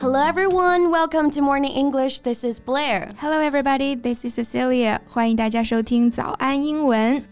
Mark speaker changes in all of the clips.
Speaker 1: Hello everyone, welcome to Morning English. This is Blair.
Speaker 2: Hello, everybody. This is Cecilia. 欢迎大家收听早安英文。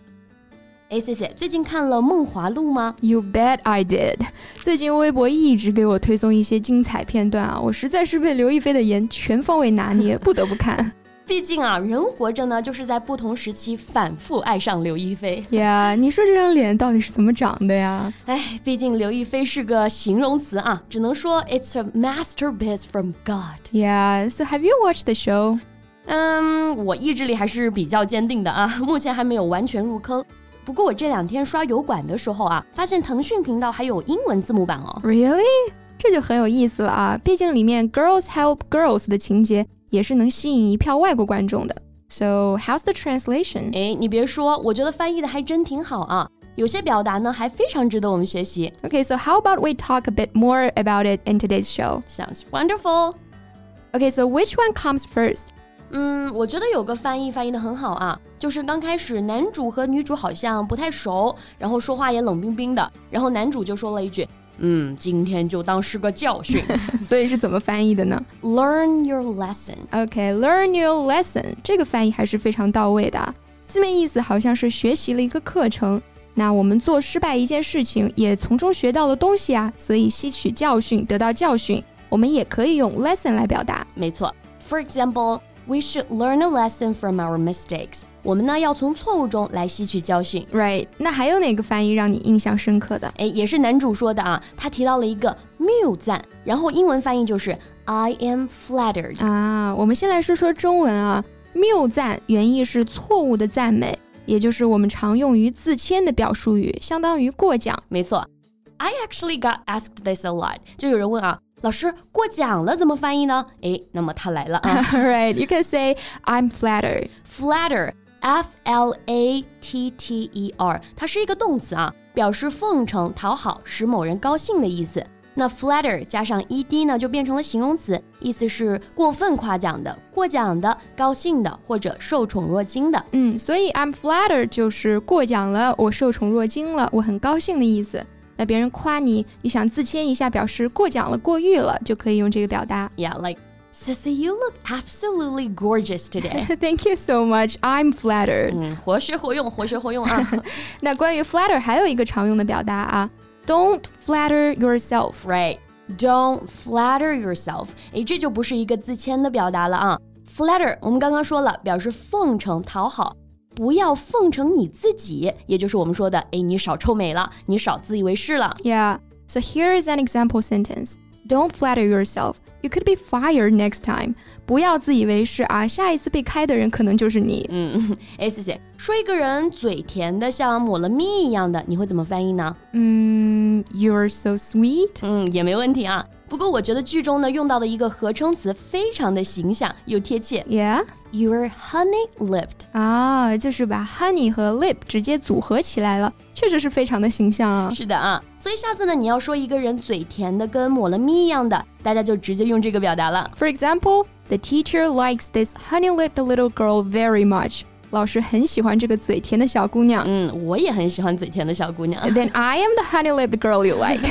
Speaker 1: 哎，谢谢。最近看了《梦华录》吗？
Speaker 2: You bet I did。最近微博一直给我推送一些精彩片段啊，我实在是被刘亦菲的颜全方位拿捏，不得不 看。
Speaker 1: 毕竟啊，人活着呢，就是在不同时期反复爱上刘亦菲。
Speaker 2: 呀、你说这张脸到底是怎么长的呀？
Speaker 1: 哎，毕竟刘亦菲是个形容词啊，只能说 it's a masterpiece from God。
Speaker 2: 呀、s o have you watched the show？
Speaker 1: 嗯，我意志力还是比较坚定的啊，目前还没有完全入坑。不过我这两天刷油管的时候啊，发现腾讯频道还有英文字幕版哦。
Speaker 2: Really？这就很有意思了啊！毕竟里面 “girls help girls” 的情节也是能吸引一票外国观众的。So how's the translation？
Speaker 1: 哎，你别说，我觉得翻译的还真挺好啊，有些表达呢还非常值得我们学习。
Speaker 2: Okay, so how about we talk a bit more about it in today's show?
Speaker 1: Sounds wonderful。
Speaker 2: Okay, so which one comes first?
Speaker 1: 嗯，我觉得有个翻译翻译的很好啊，就是刚开始男主和女主好像不太熟，然后说话也冷冰冰的，然后男主就说了一句：“嗯，今天就当是个教训
Speaker 2: 所以是怎么翻译的呢
Speaker 1: ，Learn your lesson。
Speaker 2: ？OK, learn your lesson 这个翻译还是非常到位的啊。字面意思好像是学习了一个课程。那我们做失败一件事情，也从中学到了东西啊，所以吸取教训，得到教训，我们也可以用 lesson 来表达。”
Speaker 1: 没错，For example。We should learn a lesson from our mistakes。我们呢要从错误中来吸取教训。
Speaker 2: Right？那还有哪个翻译让你印象深刻的
Speaker 1: 哎，也是男主说的啊，他提到了一个 “mu” 赞，然后英文翻译就是 “I am flattered”。
Speaker 2: 啊？我们先来说说中文啊，谬赞原意是错误的赞美，也就是我们常用于自谦的表述语，相当于过奖。
Speaker 1: 没错，I actually got asked this a lot，就有人问啊，老师过奖了怎么翻译呢？哎，那么他来了 啊
Speaker 2: All right, you can say I'm flattered.
Speaker 1: ，flatter。F L A T T E R，它是一个动词啊，表示奉承、讨好，使某人高兴的意思。那 flatter 加上 e d 呢，就变成了形容词，意思是过分夸奖的、过奖的、高兴的或者受宠若惊的。
Speaker 2: 嗯，所以 I'm flattered 就是过奖了，我受宠若惊了，我很高兴的意思。那别人夸你，你想自谦一下，表示过奖了、过誉了，就可以用这个表达。
Speaker 1: Yeah, like Sissy, you look absolutely gorgeous today.
Speaker 2: Thank you so much. I'm flattered.
Speaker 1: 嗯，活学活用，活学活用啊。
Speaker 2: 那关于 flatter 还有一个常用的表达啊，Don't flatter yourself.
Speaker 1: Right. Don't flatter yourself. 诶，这就不是一个自谦的表达了啊。Flatter，我们刚刚说了，表示奉承、讨好。不要奉承你自己，也就是我们说的，诶，你少臭美了，你少自以为是了。
Speaker 2: Yeah. So here is an example sentence. Don't flatter yourself. You could be fired next time. 不要自以为是啊，下一次被开的人可能就是你。
Speaker 1: 嗯，诶，谢谢。说一个人嘴甜的像抹了蜜一样的，你会怎么翻译呢？
Speaker 2: 嗯，You're so sweet.
Speaker 1: 嗯，也没问题啊。不过我觉得剧中呢用到的一个合称词非常的形象又贴切
Speaker 2: Yeah.
Speaker 1: ，You're honey-lipped。
Speaker 2: 啊，就是把 honey 和 lip 直接组合起来了，确实是非常的形象啊。
Speaker 1: 是的啊，所以下次呢，你要说一个人嘴甜的跟抹了蜜一样的，大家就直接用这个表达了。
Speaker 2: For example, the teacher likes this honey-lipped little girl very much. 老师很喜欢这个嘴甜的小姑娘。
Speaker 1: 嗯，我也很喜欢嘴甜的小姑娘
Speaker 2: Then I am the honey-lipped girl you like.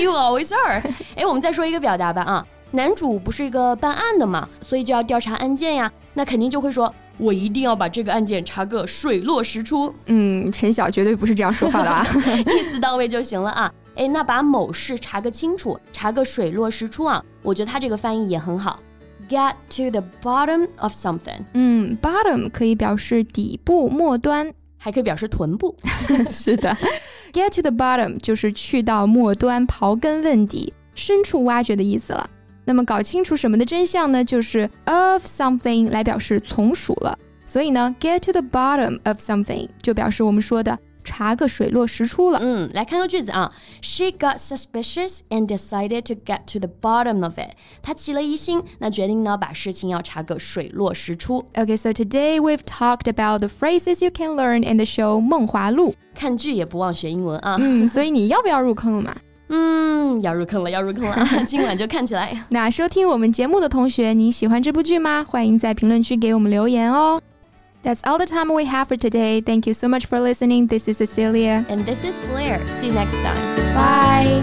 Speaker 1: ，You always are。哎，我们再说一个表达吧啊，男主不是一个办案的嘛，所以就要调查案件呀，那肯定就会说，我一定要把这个案件查个水落石出，
Speaker 2: 嗯，陈晓绝对不是这样说话的啊。
Speaker 1: 意思到位就行了啊。哎，那把某事查个清楚，查个水落石出啊，我觉得他这个翻译也很好，get to the bottom of something，
Speaker 2: 嗯，bottom 可以表示底部、末端。
Speaker 1: 还可以表示臀部。
Speaker 2: 是的，get to the bottom 就是去到末端、刨根问底、深处挖掘的意思了。那么搞清楚什么的真相呢？就是 of something 来表示从属了。所以呢，get to the bottom of something 就表示我们说的查个水落石出了。
Speaker 1: 嗯，来看个句子啊。She got suspicious and decided to get to the bottom of it。她起了疑心，那决定呢把事情要查个水落石 出。
Speaker 2: Okay, so today we've talked about the phrases you can learn in the show《梦华录》。
Speaker 1: 看剧也不忘学英文啊。
Speaker 2: 嗯，所以你要不要入坑了嘛？
Speaker 1: 嗯，要入坑了，要入坑了啊，今晚就看起来。
Speaker 2: 那收听我们节目的同学，你喜欢这部剧吗？欢迎在评论区给我们留言哦。That's all the time we have for today. Thank you so much for listening. This is Cecilia.
Speaker 1: And this is Blair. See you next time.
Speaker 2: Bye.